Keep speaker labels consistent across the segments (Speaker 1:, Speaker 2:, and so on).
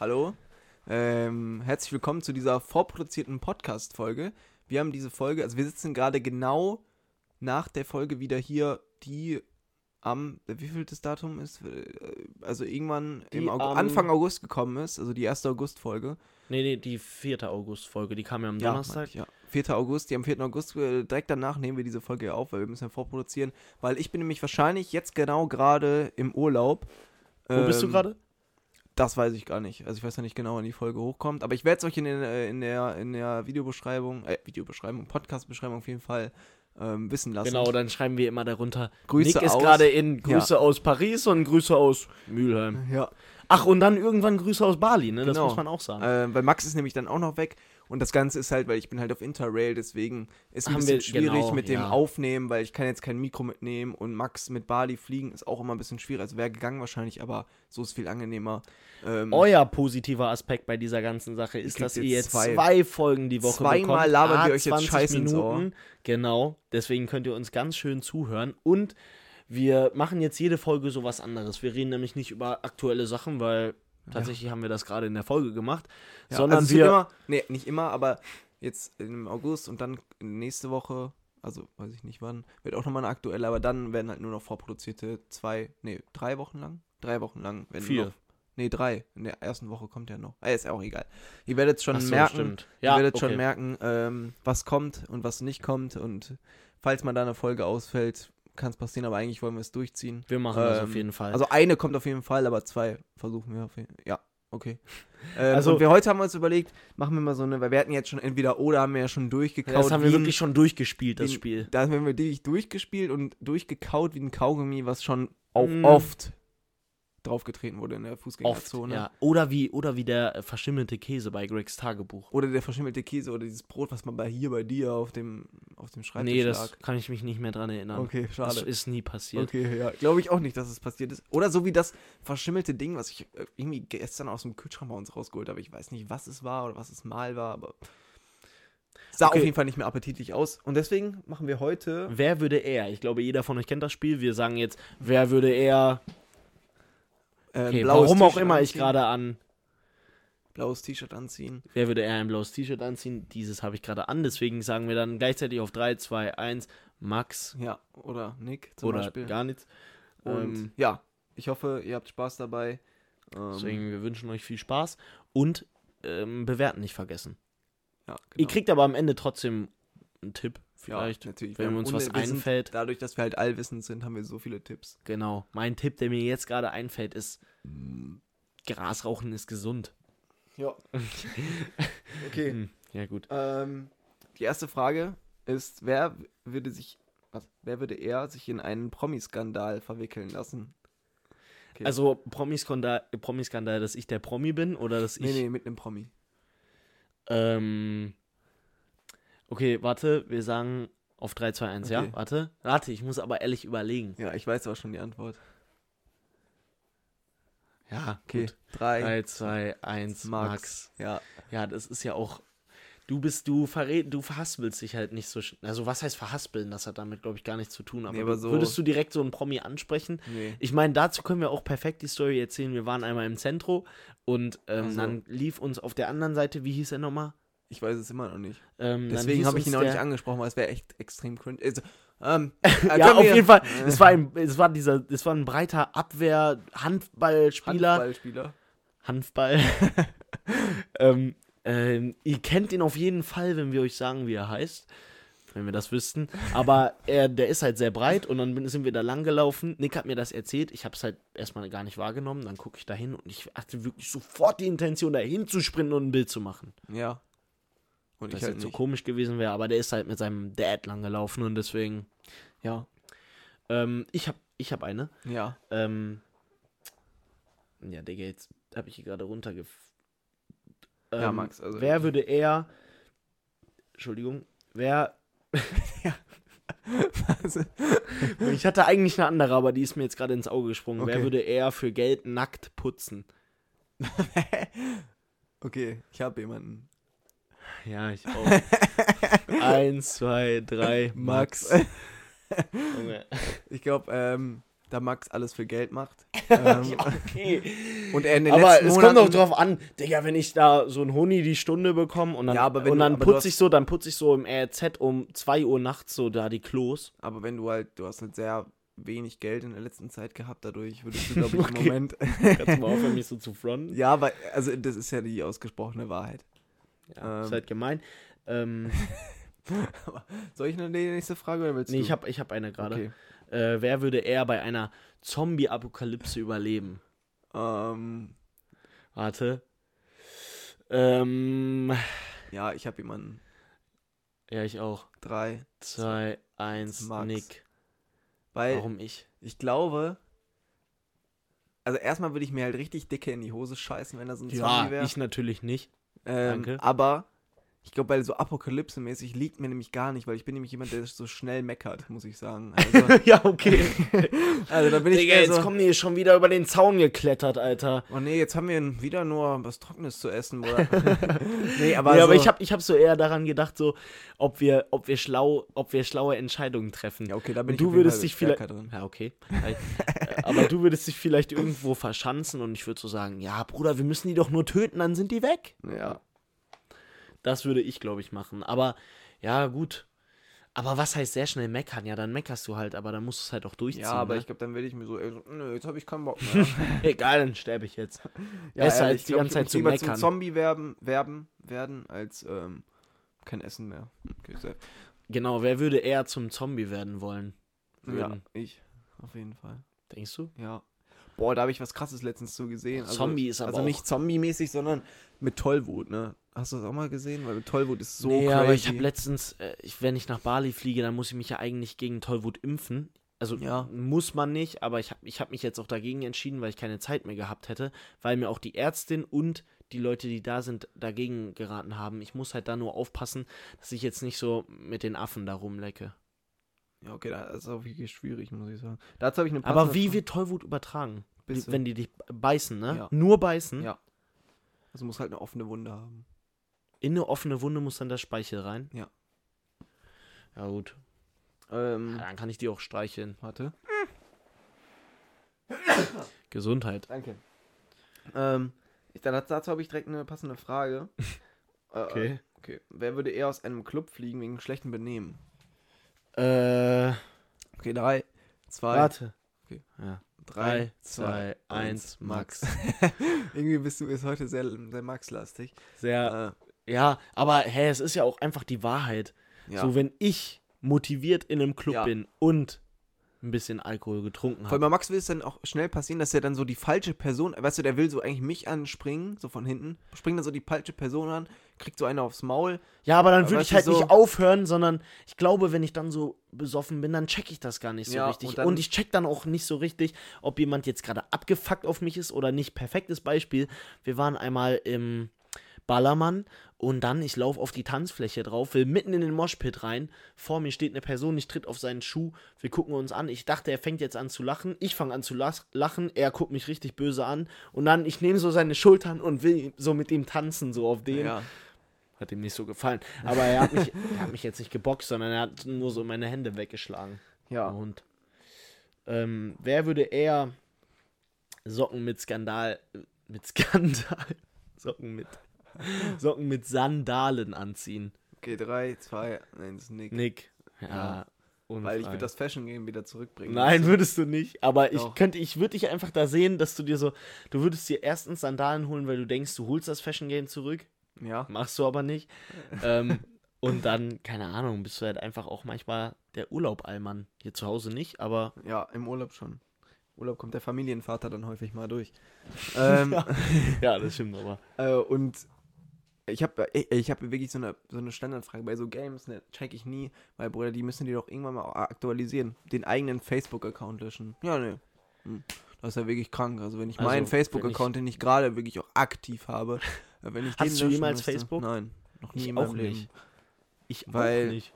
Speaker 1: Hallo. Ähm, herzlich willkommen zu dieser vorproduzierten Podcast-Folge. Wir haben diese Folge, also wir sitzen gerade genau nach der Folge wieder hier, die am, wie viel das Datum ist? Äh, Also irgendwann im
Speaker 2: Die
Speaker 1: August,
Speaker 2: am-
Speaker 1: Anfang August gekommen ist, also die erste August-Folge.
Speaker 2: Nee, nee, die 4. August-Folge, die kam ja am
Speaker 1: meinte
Speaker 2: Donnerstag.
Speaker 1: ich, ja. 4. August, die am 4. August, äh, direkt danach nehmen wir diese Folge auf, weil wir müssen ja vorproduzieren, weil ich bin nämlich wahrscheinlich jetzt genau gerade im Urlaub.
Speaker 2: Wo bist du
Speaker 1: Ähm,
Speaker 2: gerade?
Speaker 1: Das weiß ich gar nicht. Also ich weiß ja nicht genau, wann die Folge hochkommt. Aber ich werde es euch in, den, äh, in, der, in der Videobeschreibung, äh, Videobeschreibung, Podcast-Beschreibung auf jeden Fall ähm, wissen lassen.
Speaker 2: Genau, dann schreiben wir immer darunter.
Speaker 1: Grüße
Speaker 2: Nick ist
Speaker 1: aus-
Speaker 2: gerade in Grüße aus Paris und Grüße aus Mülheim.
Speaker 1: Ja.
Speaker 2: Ach, und dann irgendwann Grüße aus Bali, ne? Das
Speaker 1: Genau.
Speaker 2: muss man auch sagen.
Speaker 1: Äh, weil Max ist nämlich dann auch noch weg. Und das Ganze ist halt, weil ich bin halt auf Interrail, deswegen ist ein
Speaker 2: Haben
Speaker 1: bisschen
Speaker 2: wir-
Speaker 1: schwierig
Speaker 2: genau,
Speaker 1: mit dem
Speaker 2: ja.
Speaker 1: Aufnehmen, weil ich kann jetzt kein Mikro mitnehmen und Max mit Bali fliegen ist auch immer ein bisschen schwierig. Also wäre gegangen wahrscheinlich, aber so ist viel angenehmer. Ähm,
Speaker 2: Euer positiver Aspekt bei dieser ganzen Sache ist,
Speaker 1: kriegt
Speaker 2: dass ihr
Speaker 1: jetzt
Speaker 2: jetzt
Speaker 1: zwei-
Speaker 2: zwei, Folgen die Woche
Speaker 1: Zweimal
Speaker 2: bekommt.
Speaker 1: labern
Speaker 2: à
Speaker 1: wir euch jetzt
Speaker 2: 20
Speaker 1: Scheiß ins Ohr.
Speaker 2: Minuten. Genau, deswegen könnt ihr uns ganz schön zuhören und wir machen jetzt jede Folge sowas anderes. Wir reden nämlich nicht über aktuelle Sachen, weil tatsächlich haben wir das gerade in der Folge gemacht,
Speaker 1: ja,
Speaker 2: sondern
Speaker 1: also es wird
Speaker 2: wir
Speaker 1: Immer, nee, nicht immer, aber jetzt im August und dann nächste Woche, also weiß ich nicht wann, wird auch nochmal eine aktuelle, aber dann werden halt nur noch vorproduzierte zwei, nee, drei Wochen lang? Drei Wochen lang. Werden nur
Speaker 2: Vier.
Speaker 1: Noch, nee, drei. In der ersten Woche kommt ja noch. Ah, ist ja auch egal. Ihr werdet schon
Speaker 2: Ach so,
Speaker 1: merken,
Speaker 2: stimmt.
Speaker 1: ihr werdet schon
Speaker 2: okay.
Speaker 1: merken, ähm, was kommt und was nicht kommt und falls mal da eine Folge ausfällt, kann es passieren, aber eigentlich wollen wir es durchziehen.
Speaker 2: Wir machen das
Speaker 1: Ähm,
Speaker 2: auf jeden Fall.
Speaker 1: Also eine kommt auf jeden Fall, aber zwei versuchen wir auf jeden Fall. Ja, okay. Ähm, also
Speaker 2: Also-
Speaker 1: und wir heute haben wir uns überlegt, machen wir mal so eine, weil wir hatten jetzt schon entweder oder haben wir ja schon durchgekaut.
Speaker 2: das haben wir
Speaker 1: wie ein-
Speaker 2: wirklich schon durchgespielt, das
Speaker 1: wie ein-
Speaker 2: Spiel.
Speaker 1: Da haben wir wirklich durchgespielt und durchgekaut wie ein Kaugummi, was schon auf,
Speaker 2: Mm.
Speaker 1: oft draufgetreten wurde in der
Speaker 2: Oft,
Speaker 1: Fußgängerzone.
Speaker 2: ja. Oder wie, oder wie der äh, verschimmelte Käse bei Gregs Tagebuch.
Speaker 1: Oder der verschimmelte Käse oder dieses Brot, was man bei hier bei dir auf dem, auf dem Schreibtisch
Speaker 2: Nee, das
Speaker 1: lag.
Speaker 2: kann ich mich nicht mehr dran erinnern.
Speaker 1: Okay,
Speaker 2: Das
Speaker 1: schade.
Speaker 2: ist nie passiert.
Speaker 1: Okay, ja. Glaube ich auch nicht, dass es passiert ist. Oder so wie das verschimmelte Ding, was ich äh, irgendwie gestern aus dem Kühlschrank bei uns rausgeholt habe. Ich weiß nicht, was es war oder was es mal war, aber sah
Speaker 2: Okay.
Speaker 1: auf jeden Fall nicht mehr appetitlich aus. Und deswegen machen wir heute.
Speaker 2: Wer würde er? Ich glaube, jeder von euch kennt das Spiel. Wir sagen jetzt, wer würde er?
Speaker 1: Äh,
Speaker 2: Okay,
Speaker 1: blaues
Speaker 2: warum auch
Speaker 1: T-Shirt
Speaker 2: immer ich
Speaker 1: anziehen.
Speaker 2: gerade an.
Speaker 1: Blaues T-Shirt anziehen.
Speaker 2: Wer würde er ein blaues T-Shirt anziehen? Dieses habe ich gerade an. Deswegen sagen wir dann gleichzeitig auf 3, 2, 1, Max
Speaker 1: Ja, oder Nick zum
Speaker 2: oder
Speaker 1: Beispiel.
Speaker 2: gar nichts.
Speaker 1: Und
Speaker 2: ähm,
Speaker 1: ja, ich hoffe, ihr habt Spaß dabei. Ähm,
Speaker 2: Deswegen, wir wünschen euch viel Spaß und ähm, bewerten nicht vergessen.
Speaker 1: ja,
Speaker 2: Ihr
Speaker 1: genau.
Speaker 2: kriegt aber am Ende trotzdem einen Tipp,
Speaker 1: Ja,
Speaker 2: vielleicht,
Speaker 1: natürlich.
Speaker 2: wenn
Speaker 1: Wir
Speaker 2: uns
Speaker 1: haben
Speaker 2: was
Speaker 1: ohne- wir sind-
Speaker 2: einfällt.
Speaker 1: Dadurch, dass wir halt allwissend sind, haben wir so viele Tipps.
Speaker 2: Genau. Mein Tipp, der mir jetzt gerade einfällt, ist: Grasrauchen ist gesund.
Speaker 1: Ja. okay.
Speaker 2: Hm, Ja, gut.
Speaker 1: Ähm, die erste Frage ist, wer würde sich, was, wer würde er sich in einen Promiskandal verwickeln lassen? Okay.
Speaker 2: Also, Promiskandal, Promiskandal, dass ich der Promi bin oder dass
Speaker 1: Nee,
Speaker 2: ich.
Speaker 1: nee, mit einem Promi.
Speaker 2: Ähm, okay, warte, wir sagen auf 3, 2, 1,
Speaker 1: Okay.
Speaker 2: ja? Warte. Warte, ich muss aber ehrlich überlegen.
Speaker 1: Ja, ich weiß aber schon die Antwort.
Speaker 2: Ja,
Speaker 1: Okay,
Speaker 2: gut.
Speaker 1: drei.
Speaker 2: 3, 2, 1,
Speaker 1: Max.
Speaker 2: Max.
Speaker 1: Ja,
Speaker 2: Ja, das ist ja auch. Du bist, du verrät, du verhaspelst dich halt nicht so schnell. Also, was heißt verhaspeln? Das hat damit, glaube ich, gar nichts zu tun. Aber,
Speaker 1: Nee, aber
Speaker 2: du-
Speaker 1: so-
Speaker 2: würdest du direkt so einen Promi ansprechen?
Speaker 1: nee.
Speaker 2: Ich meine, dazu können wir auch perfekt die Story erzählen. Wir waren einmal im Zentro und ähm,
Speaker 1: Ach so.
Speaker 2: dann lief uns auf der anderen Seite, wie hieß er nochmal?
Speaker 1: Ich weiß es immer noch nicht.
Speaker 2: Ähm, dann
Speaker 1: Deswegen
Speaker 2: hieß
Speaker 1: habe ich
Speaker 2: uns
Speaker 1: ihn auch nicht
Speaker 2: der-
Speaker 1: angesprochen, weil es wäre echt extrem cringe. Also, ähm,
Speaker 2: Ja, auf jeden Fall. Es war, ein, es war dieser, es war ein breiter Abwehr-Handballspieler.
Speaker 1: Handballspieler.
Speaker 2: Hanfball. ähm, ähm, ihr kennt ihn auf jeden Fall, wenn wir euch sagen, wie er heißt. Wenn wir das wüssten. Aber er, der ist halt sehr breit und dann bin- sind wir da lang gelaufen. Nick hat mir das erzählt. Ich habe es halt erstmal gar nicht wahrgenommen. Dann gucke ich da hin und ich hatte wirklich sofort die Intention, da hinzusprinten und ein Bild zu machen.
Speaker 1: Ja. Und
Speaker 2: Das
Speaker 1: ich halt
Speaker 2: jetzt so
Speaker 1: nicht.
Speaker 2: komisch gewesen wäre, aber der ist halt mit seinem Dad lang gelaufen und deswegen, ja. Ähm, ich habe ich hab eine.
Speaker 1: Ja.
Speaker 2: Ähm, ja, Digga, jetzt habe ich hier gerade runtergef... ähm,
Speaker 1: Ja, Max, also-
Speaker 2: Wer würde eher... Entschuldigung, wer... Ich hatte eigentlich eine andere, aber die ist mir jetzt gerade ins Auge gesprungen.
Speaker 1: Okay.
Speaker 2: Wer würde eher für Geld nackt putzen?
Speaker 1: okay, ich habe jemanden.
Speaker 2: Ja, ich auch. Eins, zwei, drei, Max. Junge.
Speaker 1: Ich glaube, ähm, da Max alles für Geld macht.
Speaker 2: Ja,
Speaker 1: ähm,
Speaker 2: okay.
Speaker 1: und er in den
Speaker 2: Aber
Speaker 1: letzten
Speaker 2: es
Speaker 1: Monaten,
Speaker 2: kommt auch drauf an, Digga, wenn ich da so ein Honi die Stunde bekomme und dann,
Speaker 1: Ja, aber wenn
Speaker 2: und
Speaker 1: du-
Speaker 2: dann
Speaker 1: aber du
Speaker 2: putze ich so, dann putze ich so im RZ um 2 Uhr nachts so da die Klos.
Speaker 1: Aber wenn du halt, du hast halt sehr wenig Geld in der letzten Zeit gehabt, dadurch würdest du, glaube ich, im
Speaker 2: Okay.
Speaker 1: Moment.
Speaker 2: Kannst du mal aufhören, mich so zu fronten?
Speaker 1: ja, weil, also das ist ja die ausgesprochene Wahrheit.
Speaker 2: Ja,
Speaker 1: Ähm.
Speaker 2: ist halt gemein. Ähm,
Speaker 1: Soll ich noch die nächste Frage oder willst
Speaker 2: nee,
Speaker 1: du?
Speaker 2: ich habe ich hab eine gerade.
Speaker 1: Okay.
Speaker 2: Äh, wer würde eher bei einer Zombie-Apokalypse überleben?
Speaker 1: Ähm,
Speaker 2: Warte. Ähm,
Speaker 1: ja, ich habe jemanden.
Speaker 2: ja, ich auch.
Speaker 1: Drei.
Speaker 2: 2, 1,
Speaker 1: Max.
Speaker 2: Nick.
Speaker 1: Weil
Speaker 2: Warum ich?
Speaker 1: ich glaube, also erstmal würde ich mir halt richtig dicke in die Hose scheißen, wenn da so ein Zombie
Speaker 2: Ja,
Speaker 1: wäre.
Speaker 2: ich natürlich nicht.
Speaker 1: Ähm,
Speaker 2: Danke.
Speaker 1: Aber ich glaube, weil so apokalypsemäßig liegt mir nämlich gar nicht, weil ich bin nämlich jemand, der so schnell meckert, muss ich sagen. Also,
Speaker 2: ja, okay.
Speaker 1: also da bin ich
Speaker 2: Digga,
Speaker 1: eher
Speaker 2: jetzt
Speaker 1: so,
Speaker 2: kommen die schon wieder über den Zaun geklettert, Alter.
Speaker 1: oh nee, jetzt haben wir wieder nur was Trockenes zu essen, oder? nee, aber,
Speaker 2: ja,
Speaker 1: so,
Speaker 2: aber ich habe ich hab so eher daran gedacht, so, ob wir, ob wir, schlau, ob wir schlaue Entscheidungen treffen.
Speaker 1: Ja, okay, da bin
Speaker 2: Und
Speaker 1: ich
Speaker 2: du
Speaker 1: auf jeden
Speaker 2: würdest
Speaker 1: Fall
Speaker 2: dich vielleicht.
Speaker 1: stärker drin.
Speaker 2: Ja, okay. Äh, aber du würdest dich vielleicht irgendwo verschanzen und ich würde so sagen: Ja, Bruder, wir müssen die doch nur töten, dann sind die weg.
Speaker 1: Ja.
Speaker 2: Das würde ich, glaube ich, machen. Aber ja, gut. Aber was heißt sehr schnell meckern? Ja, dann meckerst du halt, aber dann musst du es halt auch durchziehen.
Speaker 1: Ja, aber
Speaker 2: ne?
Speaker 1: ich glaube, dann werde ich mir so, ey, so nö, jetzt habe ich keinen Bock mehr.
Speaker 2: Egal, dann sterbe ich jetzt.
Speaker 1: Ja, ehrlich,
Speaker 2: Besser als halt die
Speaker 1: ich glaub,
Speaker 2: ganze
Speaker 1: ich würd
Speaker 2: Zeit zu
Speaker 1: lieber
Speaker 2: meckern.
Speaker 1: zum Zombie werben, werben werden, als ähm, kein Essen mehr. Okay, sehr-
Speaker 2: Genau, wer würde eher zum Zombie werden wollen?
Speaker 1: ja,
Speaker 2: Würden.
Speaker 1: ich. Auf jeden Fall.
Speaker 2: Denkst du?
Speaker 1: Ja. Boah, da habe ich was krasses letztens so gesehen. Also,
Speaker 2: Zombie ist aber
Speaker 1: Also
Speaker 2: auch-
Speaker 1: nicht zombie-mäßig, sondern mit Tollwut, ne? Hast du das auch mal gesehen? Weil mit Tollwut ist so
Speaker 2: nee,
Speaker 1: crazy.
Speaker 2: aber ich habe letztens, äh, ich, wenn ich nach Bali fliege, dann muss ich mich ja eigentlich gegen Tollwut impfen. Also
Speaker 1: Ja.
Speaker 2: muss man nicht, aber ich habe ich hab mich jetzt auch dagegen entschieden, weil ich keine Zeit mehr gehabt hätte, weil mir auch die Ärztin und die Leute, die da sind, dagegen geraten haben. Ich muss halt da nur aufpassen, dass ich jetzt nicht so mit den Affen da rumlecke.
Speaker 1: ja, okay, das ist auch wirklich schwierig, muss ich sagen. Dazu habe ich eine
Speaker 2: Aber
Speaker 1: passende
Speaker 2: wie
Speaker 1: Frage.
Speaker 2: wird Tollwut übertragen?
Speaker 1: Bisse.
Speaker 2: Wenn die dich beißen, ne?
Speaker 1: Ja.
Speaker 2: Nur beißen?
Speaker 1: Ja. Also muss halt eine offene Wunde haben.
Speaker 2: In eine offene Wunde muss dann der Speichel rein?
Speaker 1: Ja.
Speaker 2: Ja, gut.
Speaker 1: Ähm,
Speaker 2: Ja, dann kann ich die auch streicheln.
Speaker 1: warte.
Speaker 2: Gesundheit.
Speaker 1: Danke. Ähm, ich, dann, dazu habe ich direkt eine passende Frage. Äh,
Speaker 2: Okay.
Speaker 1: okay. Wer würde eher aus einem Club fliegen wegen schlechtem Benehmen?
Speaker 2: Äh.
Speaker 1: Okay, drei, zwei,
Speaker 2: Warte.
Speaker 1: Okay.
Speaker 2: Ja.
Speaker 1: drei,
Speaker 2: Drei,
Speaker 1: zwei,
Speaker 2: zwei, eins, Max.
Speaker 1: Irgendwie bist du ist heute sehr, sehr Max-lastig.
Speaker 2: Sehr.
Speaker 1: Äh,
Speaker 2: Ja, aber hä, es ist ja auch einfach die Wahrheit.
Speaker 1: ja.
Speaker 2: So, wenn ich motiviert in einem Club
Speaker 1: Ja.
Speaker 2: bin und ein bisschen Alkohol getrunken
Speaker 1: Vor allem
Speaker 2: habe.
Speaker 1: bei Max will es dann auch schnell passieren, dass er dann so die falsche Person, weißt du, der will so eigentlich mich anspringen, so von hinten, springt dann so die falsche Person an, kriegt so eine aufs Maul.
Speaker 2: Ja, aber dann
Speaker 1: Aber
Speaker 2: würde
Speaker 1: weißt
Speaker 2: ich
Speaker 1: du,
Speaker 2: halt
Speaker 1: so-
Speaker 2: nicht aufhören, sondern ich glaube, wenn ich dann so besoffen bin, dann check ich das gar nicht so
Speaker 1: Ja,
Speaker 2: richtig.
Speaker 1: und
Speaker 2: Und,
Speaker 1: dann-
Speaker 2: ich check dann auch nicht so richtig, ob jemand jetzt gerade abgefuckt auf mich ist oder nicht. Perfektes Beispiel. Wir waren einmal im Ballermann und dann, ich laufe auf die Tanzfläche drauf, will mitten in den Moshpit rein. Vor mir steht eine Person, ich tritt auf seinen Schuh, wir gucken uns an. Ich dachte, er fängt jetzt an zu lachen. Ich fange an zu las- lachen, er guckt mich richtig böse an. Und dann, ich nehme so seine Schultern und will so mit ihm tanzen, so auf dem.
Speaker 1: Ja.
Speaker 2: Hat ihm nicht so gefallen. Aber er hat mich, er hat mich jetzt nicht geboxt, sondern er hat nur so meine Hände weggeschlagen.
Speaker 1: Ja.
Speaker 2: Und ähm, wer würde eher Socken mit Skandal, mit Skandal, Socken mit, Socken mit Sandalen anziehen?
Speaker 1: Okay, drei, zwei, eins, nix.
Speaker 2: Nick.
Speaker 1: Ja.
Speaker 2: Ja.
Speaker 1: Weil ich
Speaker 2: unfrei.
Speaker 1: würde das Fashion Game wieder zurückbringen.
Speaker 2: Nein, würdest du nicht. Aber ich
Speaker 1: Doch.
Speaker 2: könnte, ich würde dich einfach da sehen, dass du dir so, du würdest dir erstens Sandalen holen, weil du denkst, du holst das Fashion Game zurück.
Speaker 1: Ja.
Speaker 2: Machst du aber nicht. ähm, und dann, keine Ahnung, bist du halt einfach auch manchmal der Urlaub-Allmann. Hier zu Hause nicht, aber
Speaker 1: Ja, im Urlaub schon. Urlaub kommt der Familienvater dann häufig mal durch. ähm,
Speaker 2: ja, das stimmt aber.
Speaker 1: äh, und ich habe ich, ich hab wirklich so eine, so eine Standardfrage bei so Games, ne, check ich nie, weil Bruder, die müssen die doch irgendwann mal aktualisieren. Den eigenen Facebook-Account löschen. Ja, ne. Hm. Das ist ja wirklich krank. Also wenn ich
Speaker 2: Also,
Speaker 1: meinen
Speaker 2: wenn
Speaker 1: Facebook-Account, den ich gerade wirklich auch aktiv habe, äh, wenn ich den
Speaker 2: Hast du
Speaker 1: löschen
Speaker 2: jemals
Speaker 1: müsste-
Speaker 2: Facebook?
Speaker 1: Nein, noch nie
Speaker 2: Ich
Speaker 1: in
Speaker 2: auch
Speaker 1: meinem Leben.
Speaker 2: nicht. Ich
Speaker 1: Weil-
Speaker 2: auch nicht.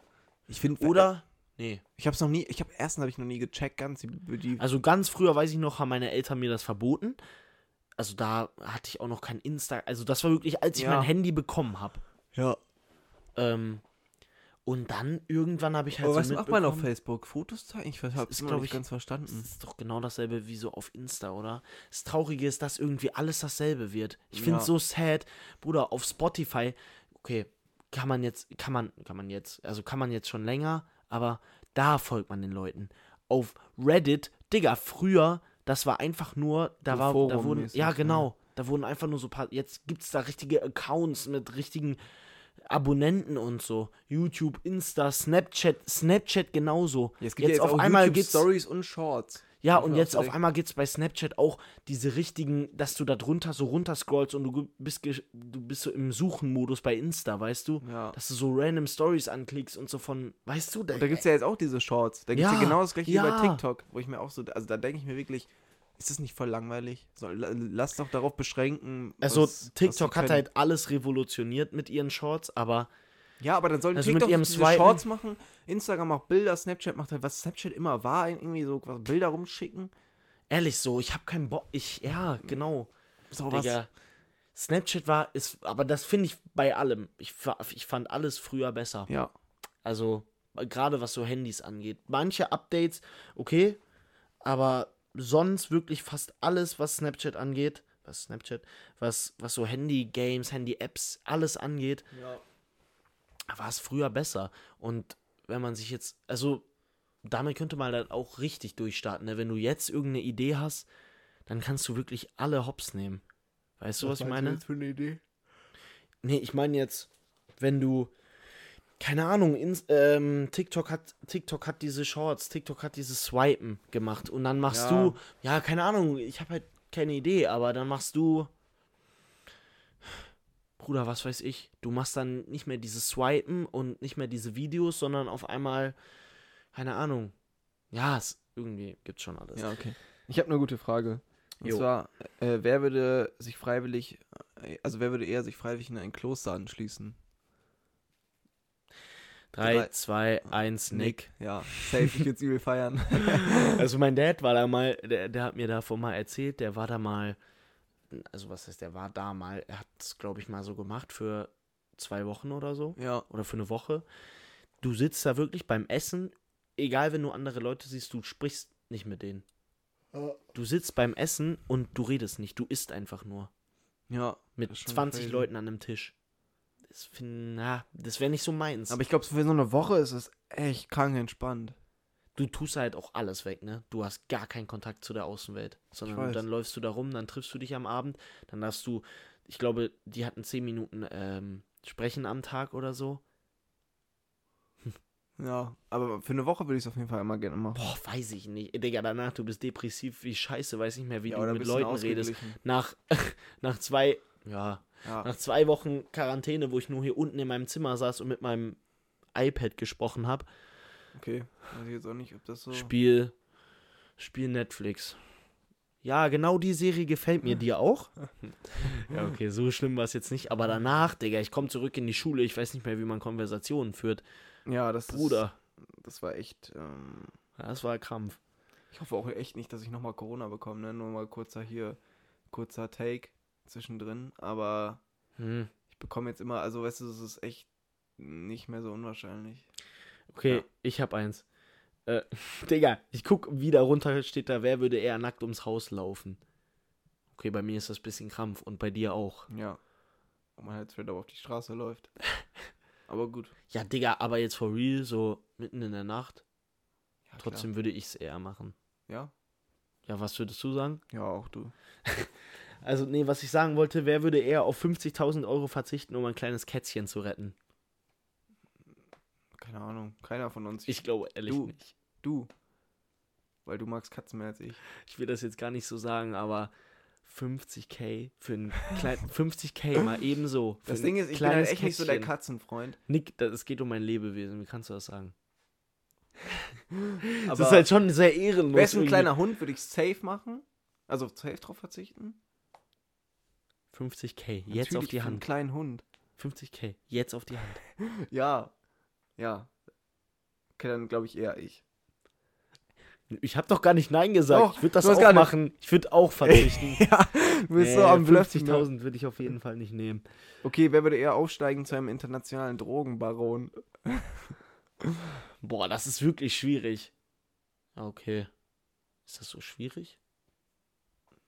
Speaker 1: Ich äh, finde,
Speaker 2: Oder? Nee.
Speaker 1: Ich hab's noch nie, ich habe erstens habe ich noch nie gecheckt, ganz die, die
Speaker 2: Also ganz früher, weiß ich noch, haben meine Eltern mir das verboten. Also da hatte ich auch noch kein Insta. Also das war wirklich, als ich
Speaker 1: Ja.
Speaker 2: mein Handy bekommen habe.
Speaker 1: Ja.
Speaker 2: Ähm, Und dann irgendwann habe ich halt
Speaker 1: Aber was
Speaker 2: so
Speaker 1: macht man auf
Speaker 2: mitbekommen-
Speaker 1: Facebook? Fotos zeigen? Ich habe
Speaker 2: ist,
Speaker 1: es, glaube
Speaker 2: glaub
Speaker 1: ich,
Speaker 2: ich,
Speaker 1: ganz verstanden.
Speaker 2: Das ist doch genau dasselbe wie so auf Insta, oder? Das Traurige ist, dass irgendwie alles dasselbe wird. Ich finde
Speaker 1: Ja.
Speaker 2: es so sad. Bruder, auf Spotify, okay, kann man jetzt, kann man, kann man jetzt, also kann man jetzt schon länger, aber da folgt man den Leuten. Auf Reddit, Digga, früher, das war einfach nur, da
Speaker 1: So
Speaker 2: war, da wurden,
Speaker 1: forummäßig,
Speaker 2: ja
Speaker 1: ne?
Speaker 2: genau, da wurden einfach nur so paar, jetzt gibt es da richtige Accounts mit richtigen Abonnenten und so. YouTube, Insta, Snapchat, Snapchat genauso.
Speaker 1: Ja, es gibt ja jetzt
Speaker 2: auf
Speaker 1: auch
Speaker 2: einmal
Speaker 1: YouTube
Speaker 2: gibt's
Speaker 1: Stories und Shorts.
Speaker 2: ja,
Speaker 1: Muss
Speaker 2: und
Speaker 1: man
Speaker 2: jetzt
Speaker 1: auch
Speaker 2: auf
Speaker 1: direkt-
Speaker 2: einmal gibt es bei Snapchat auch diese richtigen, dass du da drunter so runterscrollst und du ge- bist, gesch- du bist so im Suchenmodus bei Insta, weißt du?
Speaker 1: Ja.
Speaker 2: Dass du so random Stories anklickst und so von, weißt du?
Speaker 1: Und da gibt es ja jetzt auch diese Shorts. Da gibt es ja,
Speaker 2: Ja,
Speaker 1: genau das gleiche wie bei
Speaker 2: ja.
Speaker 1: TikTok, wo ich mir auch so, also da denke ich mir wirklich, ist das nicht voll langweilig? So, la- lass doch darauf beschränken.
Speaker 2: also
Speaker 1: was- was
Speaker 2: TikTok
Speaker 1: sie
Speaker 2: hat
Speaker 1: können.
Speaker 2: halt alles revolutioniert mit ihren Shorts, aber
Speaker 1: Ja, aber dann sollen
Speaker 2: Also mit
Speaker 1: TikTok
Speaker 2: ihrem
Speaker 1: diese
Speaker 2: Swipen-
Speaker 1: Shorts machen, Instagram macht Bilder, Snapchat macht halt, was Snapchat immer war, irgendwie so was Bilder rumschicken.
Speaker 2: ehrlich so, ich hab keinen Bock, ich, ja, genau.
Speaker 1: So was.
Speaker 2: Digga. Snapchat war, ist, aber das finde ich bei allem. Ich, fa- ich fand alles früher besser.
Speaker 1: Ja.
Speaker 2: Also, gerade was so Handys angeht. Manche Updates, okay, aber sonst wirklich fast alles, was Snapchat angeht, was Snapchat, was, was so Handy-Games, Handy-Apps, alles angeht, war es früher besser. Und wenn man sich jetzt, also damit könnte man dann auch richtig durchstarten. Ne? Wenn du jetzt irgendeine Idee hast, dann kannst du wirklich alle Hops nehmen. Weißt du, was ich meine?
Speaker 1: für eine Idee?
Speaker 2: Nee, ich meine jetzt, wenn du, keine Ahnung, ins, ähm, TikTok, hat, TikTok hat diese Shorts, TikTok hat dieses Swipen gemacht und dann machst
Speaker 1: Ja.
Speaker 2: du, ja, keine Ahnung, ich habe halt keine Idee, aber dann machst du, Bruder, was weiß ich, du machst dann nicht mehr dieses Swipen und nicht mehr diese Videos, sondern auf einmal, keine Ahnung, ja, es, irgendwie gibt's schon alles.
Speaker 1: Ja, okay. Ich habe eine gute Frage. Und
Speaker 2: Jo.
Speaker 1: zwar, äh, wer würde sich freiwillig, äh, also wer würde eher sich freiwillig in ein Kloster anschließen?
Speaker 2: 3,
Speaker 1: Drei.
Speaker 2: 2, 1, Nick.
Speaker 1: Ja, safe, ich würde übel feiern.
Speaker 2: Also mein Dad war da mal, der, der hat mir davon mal erzählt, der war da mal, also was heißt, der war da mal, er hat es, glaube ich, mal so gemacht für zwei Wochen oder so
Speaker 1: ja.
Speaker 2: oder für eine Woche. Du sitzt da wirklich beim Essen, egal wenn du andere Leute siehst, du sprichst nicht mit denen. Du sitzt beim Essen und du redest nicht, du isst einfach nur.
Speaker 1: Ja.
Speaker 2: Mit
Speaker 1: Das ist schon
Speaker 2: 20
Speaker 1: crazy.
Speaker 2: Leuten an einem Tisch. Das, find- na, das wäre nicht so meins.
Speaker 1: Aber ich glaube, für so eine Woche ist es echt krank entspannt.
Speaker 2: du tust halt auch alles weg, ne? Du hast gar keinen Kontakt zu der Außenwelt, sondern
Speaker 1: weiß.
Speaker 2: dann läufst du da rum, dann triffst du dich am Abend, dann darfst du, ich glaube, die hatten 10 Minuten ähm, Sprechen am Tag oder so.
Speaker 1: Ja. Aber für eine Woche würde ich es auf jeden Fall immer gerne machen.
Speaker 2: Boah, weiß ich nicht. Digga, danach, du bist depressiv wie scheiße, weiß nicht mehr, wie
Speaker 1: ja,
Speaker 2: du
Speaker 1: oder
Speaker 2: mit
Speaker 1: bist du
Speaker 2: Leuten redest.
Speaker 1: ausgeglichen?
Speaker 2: Nach, nach zwei, ja,
Speaker 1: Ja.
Speaker 2: nach zwei Wochen Quarantäne, wo ich nur hier unten in meinem Zimmer saß und mit meinem iPad gesprochen habe,
Speaker 1: Okay. Weiß ich jetzt auch nicht, ob das
Speaker 2: Hm.
Speaker 1: so.
Speaker 2: Spiel, Spiel Netflix. Ja, genau die Serie gefällt mir. Dir auch? ja, okay, so schlimm war es jetzt nicht. Aber danach, Digga, ich komme zurück in die Schule. Ich weiß nicht mehr, wie man Konversationen führt.
Speaker 1: Ja, das
Speaker 2: Bruder,
Speaker 1: ist. Das war echt. Ähm,
Speaker 2: das war Krampf.
Speaker 1: ich hoffe auch echt nicht, dass ich nochmal Corona bekomme, ne? Nur mal kurzer hier, kurzer Take zwischendrin. Aber
Speaker 2: Hm.
Speaker 1: ich bekomme jetzt immer, also weißt du, es ist echt nicht mehr so unwahrscheinlich.
Speaker 2: Okay,
Speaker 1: Ja.
Speaker 2: ich hab eins. Äh, Digga, ich guck, wie da runter steht da, wer würde eher nackt ums Haus laufen? Okay, bei mir ist das ein bisschen Krampf und bei dir auch.
Speaker 1: Ja. Ob man halt straight up auf die Straße läuft. Aber gut.
Speaker 2: Ja, Digga, aber jetzt for real, so mitten in der Nacht,
Speaker 1: Ja, klar.
Speaker 2: trotzdem würde ich es eher machen.
Speaker 1: Ja.
Speaker 2: Ja, was würdest du sagen?
Speaker 1: Ja, auch du.
Speaker 2: Also, nee, was ich sagen wollte, wer würde eher auf 50.000 Euro verzichten, um ein kleines Kätzchen zu retten?
Speaker 1: Keine Ahnung. Keiner von uns.
Speaker 2: Ich glaube ehrlich
Speaker 1: Du.
Speaker 2: nicht.
Speaker 1: Du. Weil du magst Katzen mehr als ich.
Speaker 2: Ich will das jetzt gar nicht so sagen, aber 50k für ein kleines 50k mal ebenso. für
Speaker 1: Das
Speaker 2: ein
Speaker 1: Ding ist, ich bin halt
Speaker 2: kleines
Speaker 1: echt nicht so der
Speaker 2: Kätzchen.
Speaker 1: Katzenfreund.
Speaker 2: Nick, das, es geht um ein Lebewesen, wie kannst du das sagen?
Speaker 1: Aber
Speaker 2: das ist halt schon sehr ehrenlos.
Speaker 1: wärst du ein
Speaker 2: irgendwie.
Speaker 1: kleiner Hund, würde ich safe machen. Also auf safe drauf verzichten.
Speaker 2: 50k, jetzt auf
Speaker 1: Natürlich
Speaker 2: die
Speaker 1: für Einen
Speaker 2: Hand.
Speaker 1: kleinen Hund.
Speaker 2: 50k, jetzt auf die Hand.
Speaker 1: Ja. Ja. Okay, dann glaube ich eher ich.
Speaker 2: Ich habe doch gar nicht Nein gesagt.
Speaker 1: Doch,
Speaker 2: ich würde das
Speaker 1: du hast
Speaker 2: auch
Speaker 1: gar nicht-
Speaker 2: machen. Ich würde auch verzichten.
Speaker 1: ja, du bist so am Bluffen. ne?
Speaker 2: 50.000 würde ich auf jeden Fall nicht nehmen.
Speaker 1: Okay, wer würde eher aufsteigen zu einem internationalen Drogenbaron?
Speaker 2: Boah, das ist wirklich schwierig. Ah, Okay. Ist das so schwierig?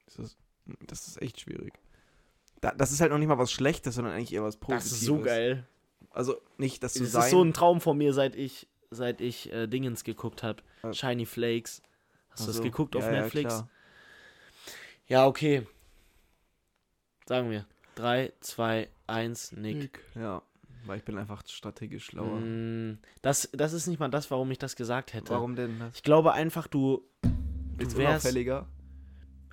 Speaker 1: Das ist, das ist echt schwierig. Da, das ist halt noch nicht mal was Schlechtes, sondern eigentlich eher was Positives.
Speaker 2: Das ist so geil.
Speaker 1: Also nicht, dass du
Speaker 2: Das
Speaker 1: sein...
Speaker 2: ist so ein Traum von mir, seit ich, seit ich äh, Dingens geguckt habe.
Speaker 1: Ah.
Speaker 2: Shiny Flakes. Hast du das
Speaker 1: Also,
Speaker 2: geguckt auf
Speaker 1: ja, ja,
Speaker 2: Netflix?
Speaker 1: klar.
Speaker 2: Ja, okay. Sagen wir. 3, 2, 1, Nick.
Speaker 1: Ja, weil ich bin einfach strategisch schlauer.
Speaker 2: Mm, das, das ist nicht mal das, warum ich das gesagt hätte.
Speaker 1: Warum denn das?
Speaker 2: Ich glaube einfach, du
Speaker 1: Willst
Speaker 2: wärst-
Speaker 1: unauffälliger?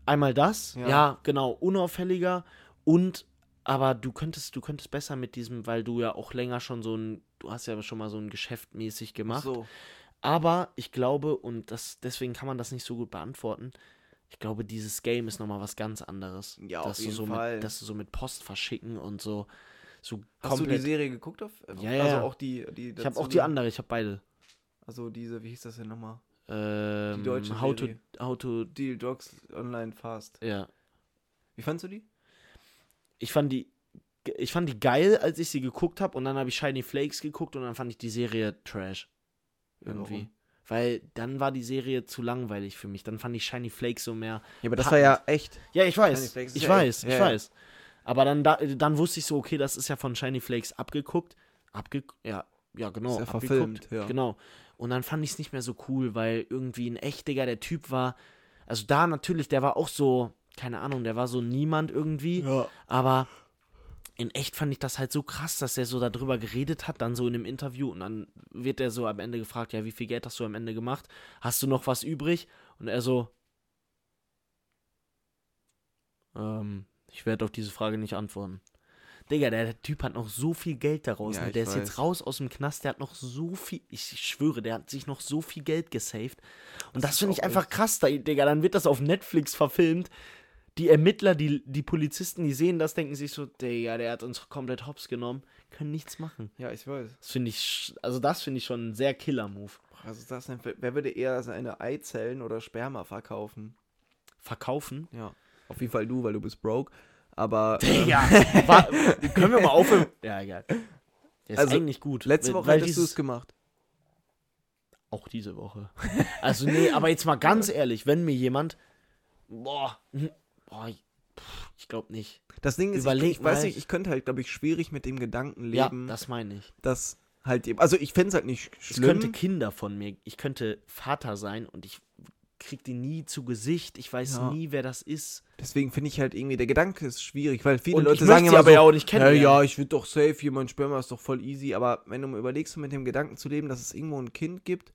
Speaker 2: einmal das,
Speaker 1: Ja.
Speaker 2: ja, genau, unauffälliger und aber du könntest, du könntest besser mit diesem, weil du ja auch länger schon so ein, du hast ja schon mal so ein Geschäft mäßig gemacht.
Speaker 1: So.
Speaker 2: Aber ich glaube, und das, deswegen kann man das nicht so gut beantworten, ich glaube, dieses Game ist nochmal was ganz anderes.
Speaker 1: Ja, auf
Speaker 2: dass
Speaker 1: jeden
Speaker 2: du so
Speaker 1: Fall.
Speaker 2: Mit, dass du so mit Post verschicken und so, so
Speaker 1: Hast du die
Speaker 2: komplett.
Speaker 1: Serie geguckt? Auf,
Speaker 2: Ja,
Speaker 1: Also
Speaker 2: ja.
Speaker 1: auch die... die
Speaker 2: ich habe auch
Speaker 1: dazu-
Speaker 2: die andere, ich habe beide.
Speaker 1: Also diese, wie hieß das denn nochmal?
Speaker 2: Ähm,
Speaker 1: deutsche
Speaker 2: how
Speaker 1: Serie.
Speaker 2: to, how to,
Speaker 1: Deal Dogs Online Fast.
Speaker 2: ja.
Speaker 1: Wie fandst du die?
Speaker 2: ich fand die ich fand die geil, als ich sie geguckt habe und dann habe ich Shiny Flakes geguckt und dann fand ich die Serie trash irgendwie.
Speaker 1: warum?
Speaker 2: Weil dann war die Serie zu langweilig für mich. Dann fand ich Shiny Flakes so mehr.
Speaker 1: Ja, aber
Speaker 2: das war ja
Speaker 1: echt.
Speaker 2: Ja, ich
Speaker 1: Shiny
Speaker 2: weiß.
Speaker 1: Flakes ist
Speaker 2: Ich
Speaker 1: ja
Speaker 2: weiß,
Speaker 1: echt-
Speaker 2: ich
Speaker 1: ja, ja.
Speaker 2: weiß. Aber dann da, dann wusste ich so, okay, das ist ja von Shiny Flakes abgeguckt, abge ja, ja genau,
Speaker 1: Ist ja
Speaker 2: abgeguckt.
Speaker 1: verfilmt, ja.
Speaker 2: Genau. Und dann fand ich es nicht mehr so cool, weil irgendwie ein echt Digga, der Typ war, also da natürlich, der war auch so, keine Ahnung, der war so niemand irgendwie.
Speaker 1: Ja.
Speaker 2: Aber in echt fand ich das halt so krass, dass er so darüber geredet hat, dann so in einem Interview. Und dann wird er so am Ende gefragt, ja, wie viel Geld hast du am Ende gemacht? Hast du noch was übrig? Und er so, ähm, ich werde auf diese Frage nicht antworten. Digga, der, der Typ hat noch so viel Geld daraus.
Speaker 1: Ja,
Speaker 2: ne?
Speaker 1: ich
Speaker 2: Der ist
Speaker 1: weiß.
Speaker 2: jetzt raus aus dem Knast, der hat noch so viel, ich schwöre, der hat sich noch so viel Geld gesaved. Und das,
Speaker 1: ist
Speaker 2: finde ich
Speaker 1: auch
Speaker 2: einfach krass, da- Digga. Dann wird das auf Netflix verfilmt. Die Ermittler, die, die Polizisten, die sehen das, denken sich so, Digga, der hat uns komplett hops genommen, können nichts machen.
Speaker 1: Ja, ich weiß.
Speaker 2: Das finde ich, sch- also das finde ich schon ein sehr Killer-Move.
Speaker 1: Was ist das denn? für- Wer würde eher seine Eizellen oder Sperma verkaufen?
Speaker 2: Verkaufen?
Speaker 1: Ja. Auf jeden Fall du, weil du bist broke. Aber äh,
Speaker 2: Digga, wa- können wir mal aufhören? Ja, egal. Der ist
Speaker 1: Also,
Speaker 2: eigentlich gut.
Speaker 1: letzte
Speaker 2: weil-
Speaker 1: Woche
Speaker 2: weil
Speaker 1: hättest du
Speaker 2: dieses-
Speaker 1: es gemacht.
Speaker 2: Auch diese Woche. Also, nee, aber jetzt mal ganz ehrlich, wenn mir jemand. Boah, hm, boah ich, pff, ich glaube nicht.
Speaker 1: Das Ding ist,
Speaker 2: Überleg
Speaker 1: ich, ich weiß
Speaker 2: mal.
Speaker 1: nicht, ich könnte halt, glaube ich, schwierig mit dem Gedanken
Speaker 2: Ja,
Speaker 1: leben,
Speaker 2: das meine ich.
Speaker 1: dass halt eben. Also ich fände es halt nicht
Speaker 2: Ich könnte
Speaker 1: schlimm.
Speaker 2: Kinder von mir, ich könnte Vater sein und ich krieg die nie zu Gesicht. Ich weiß
Speaker 1: Ja.
Speaker 2: nie, wer das ist.
Speaker 1: Deswegen finde ich halt irgendwie, der Gedanke ist schwierig, weil viele
Speaker 2: Und
Speaker 1: Leute
Speaker 2: ich
Speaker 1: sagen
Speaker 2: möchte sie
Speaker 1: immer
Speaker 2: aber
Speaker 1: so,
Speaker 2: ja auch nicht kennenlernen.
Speaker 1: ja, ich würde doch safe, jemand Sperma ist doch voll easy. Aber wenn du mal überlegst, mit dem Gedanken zu leben, dass es irgendwo ein Kind gibt,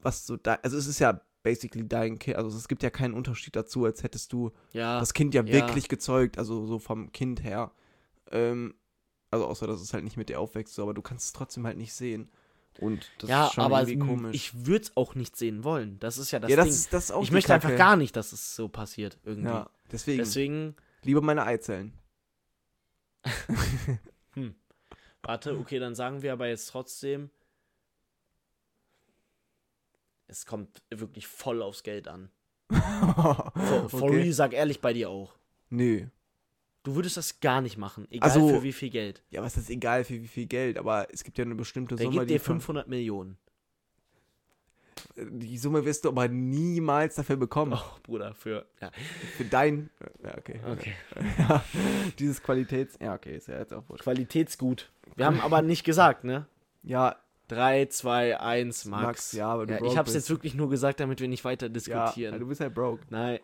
Speaker 1: was so da, also es ist ja basically dein Kind, also es gibt ja keinen Unterschied dazu, als hättest du
Speaker 2: Ja,
Speaker 1: das Kind ja,
Speaker 2: ja.
Speaker 1: wirklich gezeugt, also so vom Kind her. Ähm, also außer, dass es halt nicht mit dir aufwächst, so, aber du kannst es trotzdem halt nicht sehen. Und das
Speaker 2: ja
Speaker 1: ist schon
Speaker 2: aber
Speaker 1: irgendwie
Speaker 2: m,
Speaker 1: komisch.
Speaker 2: ich würde es auch nicht sehen wollen. Das ist ja das
Speaker 1: ja, das
Speaker 2: Ding.
Speaker 1: ist das ist auch
Speaker 2: ich
Speaker 1: die
Speaker 2: möchte einfach
Speaker 1: Kacke.
Speaker 2: gar nicht, dass es so passiert irgendwie.
Speaker 1: Ja, deswegen,
Speaker 2: Deswegen,
Speaker 1: lieber meine Eizellen.
Speaker 2: warte, okay, dann sagen wir aber jetzt trotzdem, es kommt wirklich voll aufs Geld an. For, for
Speaker 1: Okay.
Speaker 2: real, sag ehrlich bei dir auch.
Speaker 1: Nö.
Speaker 2: Du würdest das gar nicht machen, egal
Speaker 1: Also-
Speaker 2: für wie viel Geld.
Speaker 1: Ja, was ist egal für wie viel Geld, aber es gibt ja eine bestimmte
Speaker 2: Der
Speaker 1: Summe.
Speaker 2: gibt dir
Speaker 1: von-
Speaker 2: 500 Millionen.
Speaker 1: die Summe wirst du aber niemals dafür bekommen.
Speaker 2: Oh, Bruder, für. Ja,
Speaker 1: Für dein. Ja, okay.
Speaker 2: okay.
Speaker 1: Ja, dieses Qualitäts. Ja, okay, ist ja jetzt auch wurscht.
Speaker 2: Qualitätsgut. Wir haben aber nicht gesagt, ne?
Speaker 1: Ja,
Speaker 2: 3, 2, 1, Max.
Speaker 1: Max, ja, aber du
Speaker 2: ich
Speaker 1: broke
Speaker 2: hab's
Speaker 1: bist.
Speaker 2: jetzt wirklich nur gesagt, damit wir nicht weiter
Speaker 1: ja
Speaker 2: diskutieren.
Speaker 1: du bist halt broke.
Speaker 2: Nein.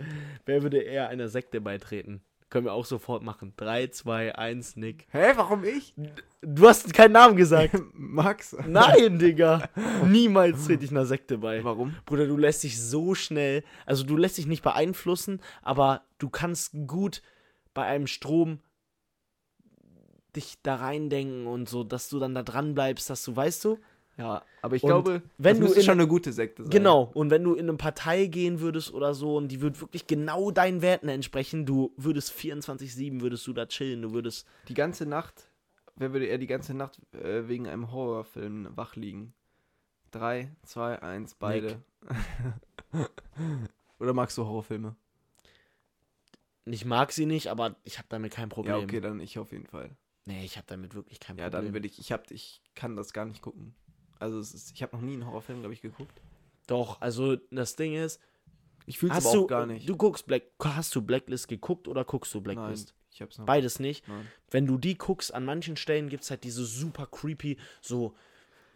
Speaker 2: Wer würde eher einer Sekte beitreten? Können wir auch sofort machen. 3, 2, 1, Nick.
Speaker 1: Hä, warum ich?
Speaker 2: Du hast keinen Namen gesagt.
Speaker 1: Max.
Speaker 2: Nein, Digga. Niemals trete ich einer Sekte bei.
Speaker 1: Warum?
Speaker 2: Bruder, du lässt dich so schnell, also du lässt dich nicht beeinflussen, aber du kannst gut bei einem Strom dich da reindenken und so, dass du dann da dran bleibst, dass du, weißt du?
Speaker 1: Ja, aber ich
Speaker 2: Und
Speaker 1: glaube,
Speaker 2: wenn
Speaker 1: das
Speaker 2: du
Speaker 1: müsste
Speaker 2: in-
Speaker 1: schon eine gute Sekte sein.
Speaker 2: Genau, und wenn du in eine Partei gehen würdest oder so und die würde wirklich genau deinen Werten entsprechen, du würdest 24-7, würdest du da chillen, du würdest,
Speaker 1: Die ganze Nacht, wer würde er die ganze Nacht äh, wegen einem Horrorfilm wach liegen? 3, 2, 1, beide. Oder magst du Horrorfilme?
Speaker 2: Ich mag sie nicht, aber ich habe damit kein Problem.
Speaker 1: Ja, okay, dann ich auf jeden Fall.
Speaker 2: Nee, ich habe damit wirklich kein
Speaker 1: Ja,
Speaker 2: Problem.
Speaker 1: dann will ich, ich hab, ich kann das gar nicht gucken. Also es ist, ich habe noch nie einen Horrorfilm, glaube ich, geguckt.
Speaker 2: Doch, also das Ding ist,
Speaker 1: Ich fühle es
Speaker 2: hast
Speaker 1: aber
Speaker 2: du
Speaker 1: auch gar nicht.
Speaker 2: Du guckst Black, hast du Blacklist geguckt oder guckst du
Speaker 1: Nein,
Speaker 2: Blacklist?
Speaker 1: ich hab's noch.
Speaker 2: Beides nicht.
Speaker 1: Nein.
Speaker 2: Wenn du die guckst, an manchen Stellen gibt es halt diese super creepy, so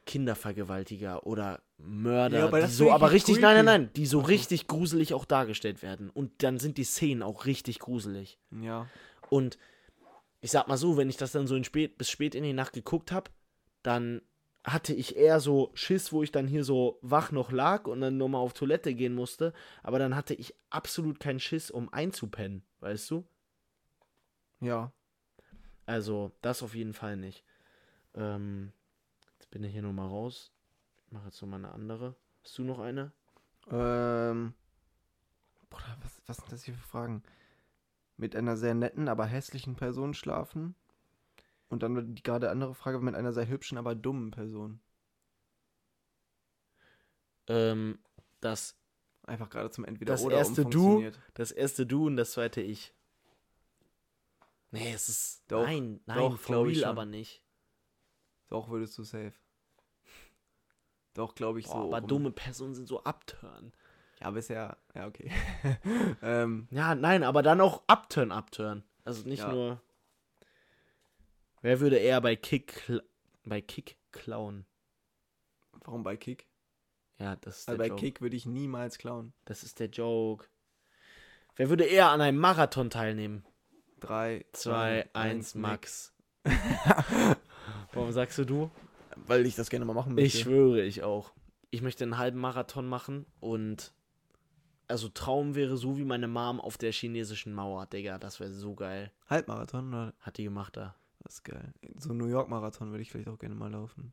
Speaker 2: Kindervergewaltiger oder Mörder,
Speaker 1: Ja, aber
Speaker 2: die
Speaker 1: das
Speaker 2: so
Speaker 1: finde ich
Speaker 2: aber
Speaker 1: nicht
Speaker 2: richtig, nein, nein,
Speaker 1: creepy. Mhm.
Speaker 2: nein, die so richtig gruselig auch dargestellt werden. Und dann sind die Szenen auch richtig gruselig.
Speaker 1: Ja.
Speaker 2: Und ich sag mal so, wenn ich das dann so in spät, bis spät in die Nacht geguckt habe, dann hatte ich eher so Schiss, wo ich dann hier so wach noch lag und dann nochmal auf Toilette gehen musste. Aber dann hatte ich absolut keinen Schiss, um einzupennen, weißt du?
Speaker 1: Ja.
Speaker 2: Also, das auf jeden Fall nicht. Ähm, jetzt bin ich hier nochmal raus. Ich mache jetzt nochmal eine andere. Hast du noch eine?
Speaker 1: Ähm. Bruder, was, was sind das hier für Fragen? Mit einer sehr netten, aber hässlichen Person schlafen. Und dann war die gerade andere Frage mit einer sehr hübschen, aber dummen Person.
Speaker 2: Ähm, das,
Speaker 1: Einfach gerade zum entweder
Speaker 2: Das
Speaker 1: oder
Speaker 2: erste Du.
Speaker 1: umfunktioniert.
Speaker 2: das erste Du und das zweite Ich. Nee, es ist.
Speaker 1: Doch,
Speaker 2: nein, nein,
Speaker 1: doch,
Speaker 2: for
Speaker 1: glaub ich
Speaker 2: real
Speaker 1: schon.
Speaker 2: aber nicht.
Speaker 1: Doch würdest du safe. Doch glaube ich so.
Speaker 2: Boah, aber
Speaker 1: rum.
Speaker 2: dumme Personen sind so abturn.
Speaker 1: Ja, bisher. Ja, okay. ähm,
Speaker 2: Ja, nein, aber dann auch abturn, abturn. Also nicht
Speaker 1: Ja.
Speaker 2: nur. Wer würde eher bei Kick kl- bei Kick klauen?
Speaker 1: warum bei Kick?
Speaker 2: Ja, das ist der
Speaker 1: Also bei
Speaker 2: Joke.
Speaker 1: Kick würde ich niemals klauen.
Speaker 2: Das ist der Joke. Wer würde eher an einem Marathon teilnehmen?
Speaker 1: Drei,
Speaker 2: 2,
Speaker 1: zwei,
Speaker 2: 1,
Speaker 1: eins,
Speaker 2: Max. Warum sagst du du?
Speaker 1: Nick. Weil ich das gerne mal machen
Speaker 2: Ich
Speaker 1: möchte.
Speaker 2: schwöre, ich auch. Ich möchte einen halben Marathon machen und also Traum wäre so wie meine Mom auf der chinesischen Mauer, Digga. Das wäre so geil.
Speaker 1: Halbmarathon oder
Speaker 2: Hat die gemacht da.
Speaker 1: das ist geil. So New York Marathon würde ich vielleicht auch gerne mal laufen.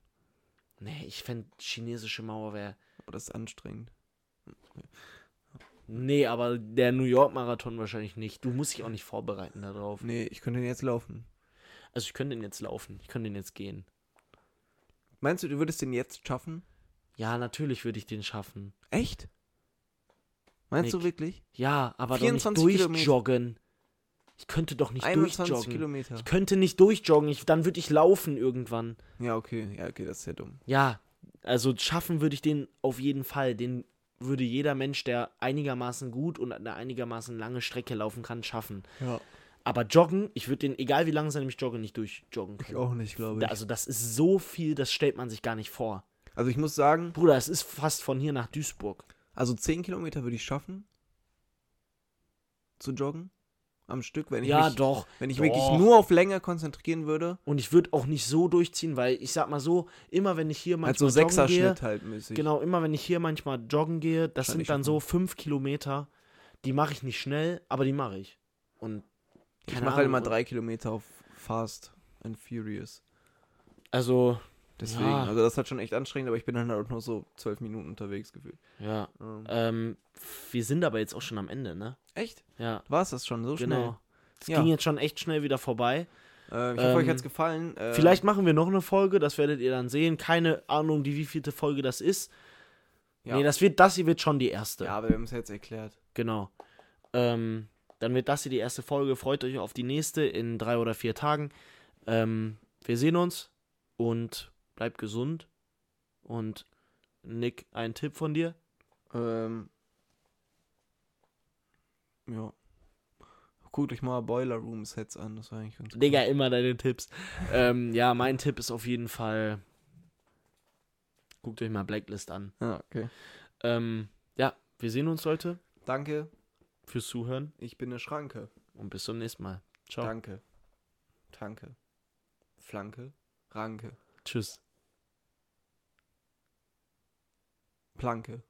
Speaker 2: Nee, ich fände chinesische Mauer wäre.
Speaker 1: Aber das ist anstrengend.
Speaker 2: Nee, aber der New York-Marathon wahrscheinlich nicht. Du musst dich auch nicht vorbereiten darauf.
Speaker 1: Nee, ich könnte jetzt laufen.
Speaker 2: Also ich könnte den jetzt laufen, ich könnte den jetzt gehen.
Speaker 1: Meinst du, du würdest den jetzt schaffen?
Speaker 2: Ja, natürlich würde ich den schaffen.
Speaker 1: Echt? Meinst du
Speaker 2: Nick,
Speaker 1: wirklich?
Speaker 2: Ja, aber doch nicht
Speaker 1: 24 Kilometer.
Speaker 2: durchjoggen. Ich könnte doch nicht
Speaker 1: 21
Speaker 2: durchjoggen.
Speaker 1: Kilometer.
Speaker 2: Ich könnte nicht durchjoggen, ich, dann würde ich laufen irgendwann.
Speaker 1: Ja, okay. Ja, okay, das ist ja dumm.
Speaker 2: Ja, also schaffen würde ich den auf jeden Fall. Den würde jeder Mensch, der einigermaßen gut und eine einigermaßen lange Strecke laufen kann, schaffen.
Speaker 1: Ja.
Speaker 2: Aber joggen, ich würde den, egal wie langsam ich jogge, nicht durchjoggen
Speaker 1: Ich
Speaker 2: können.
Speaker 1: auch nicht, glaube
Speaker 2: Da-
Speaker 1: ich.
Speaker 2: Also das ist so viel, das stellt man sich gar nicht vor.
Speaker 1: Also ich muss sagen,
Speaker 2: Bruder, es ist fast von hier nach Duisburg.
Speaker 1: Also 10 Kilometer würde ich schaffen. Zu joggen. Am Stück, wenn ich,
Speaker 2: ja,
Speaker 1: mich,
Speaker 2: doch.
Speaker 1: wenn ich
Speaker 2: doch.
Speaker 1: wirklich nur auf Länge konzentrieren würde.
Speaker 2: Und ich würde auch nicht so durchziehen, weil ich sag mal so, immer wenn ich hier
Speaker 1: Also
Speaker 2: manchmal joggen gehe,
Speaker 1: Sechser-Schnitt halt mäßig.
Speaker 2: genau, immer wenn ich hier manchmal joggen gehe, das
Speaker 1: Kann ich
Speaker 2: sind dann so fünf Kilometer, die mache ich nicht schnell, aber die mache ich. Und
Speaker 1: Ich
Speaker 2: keine
Speaker 1: mache halt immer
Speaker 2: Ahnung.
Speaker 1: 3 Kilometer auf Fast and Furious.
Speaker 2: also,
Speaker 1: Deswegen,
Speaker 2: Ja.
Speaker 1: also das ist halt schon echt anstrengend, aber ich bin dann halt auch nur so 12 Minuten unterwegs gefühlt.
Speaker 2: ja.
Speaker 1: Ähm,
Speaker 2: Ähm, wir sind aber jetzt auch schon am Ende, ne?
Speaker 1: echt?
Speaker 2: Ja,
Speaker 1: War es das schon so
Speaker 2: genau. Es
Speaker 1: Ja.
Speaker 2: ging jetzt schon echt schnell wieder vorbei.
Speaker 1: schnell? Äh, ich hoffe, euch
Speaker 2: Ähm,
Speaker 1: hat's gefallen. Äh,
Speaker 2: Vielleicht machen wir noch eine Folge, das werdet ihr dann sehen. Keine Ahnung, die wievielte Folge das ist.
Speaker 1: Ja.
Speaker 2: Nee, das wird, das hier wird schon die erste.
Speaker 1: Ja, aber wir haben es jetzt erklärt.
Speaker 2: Genau. Ähm, dann wird das hier die erste Folge. Freut euch auf die nächste in drei oder vier Tagen. Ähm, wir sehen uns und bleibt gesund. Und Nick, ein Tipp von dir.
Speaker 1: Ähm, ja. Guckt euch mal Boiler Room Sets an, das war eigentlich ganz cool.
Speaker 2: Digga, immer deine Tipps. ähm, ja, mein Tipp ist auf jeden Fall. Guckt euch mal Blacklist an.
Speaker 1: Ah, okay.
Speaker 2: Ähm, ja, wir sehen uns, Leute,
Speaker 1: Danke,
Speaker 2: fürs Zuhören
Speaker 1: ich bin eine Schranke.
Speaker 2: und bis zum nächsten Mal. Ciao.
Speaker 1: Danke. Tanke. Flanke. Ranke.
Speaker 2: Tschüss.
Speaker 1: Planke.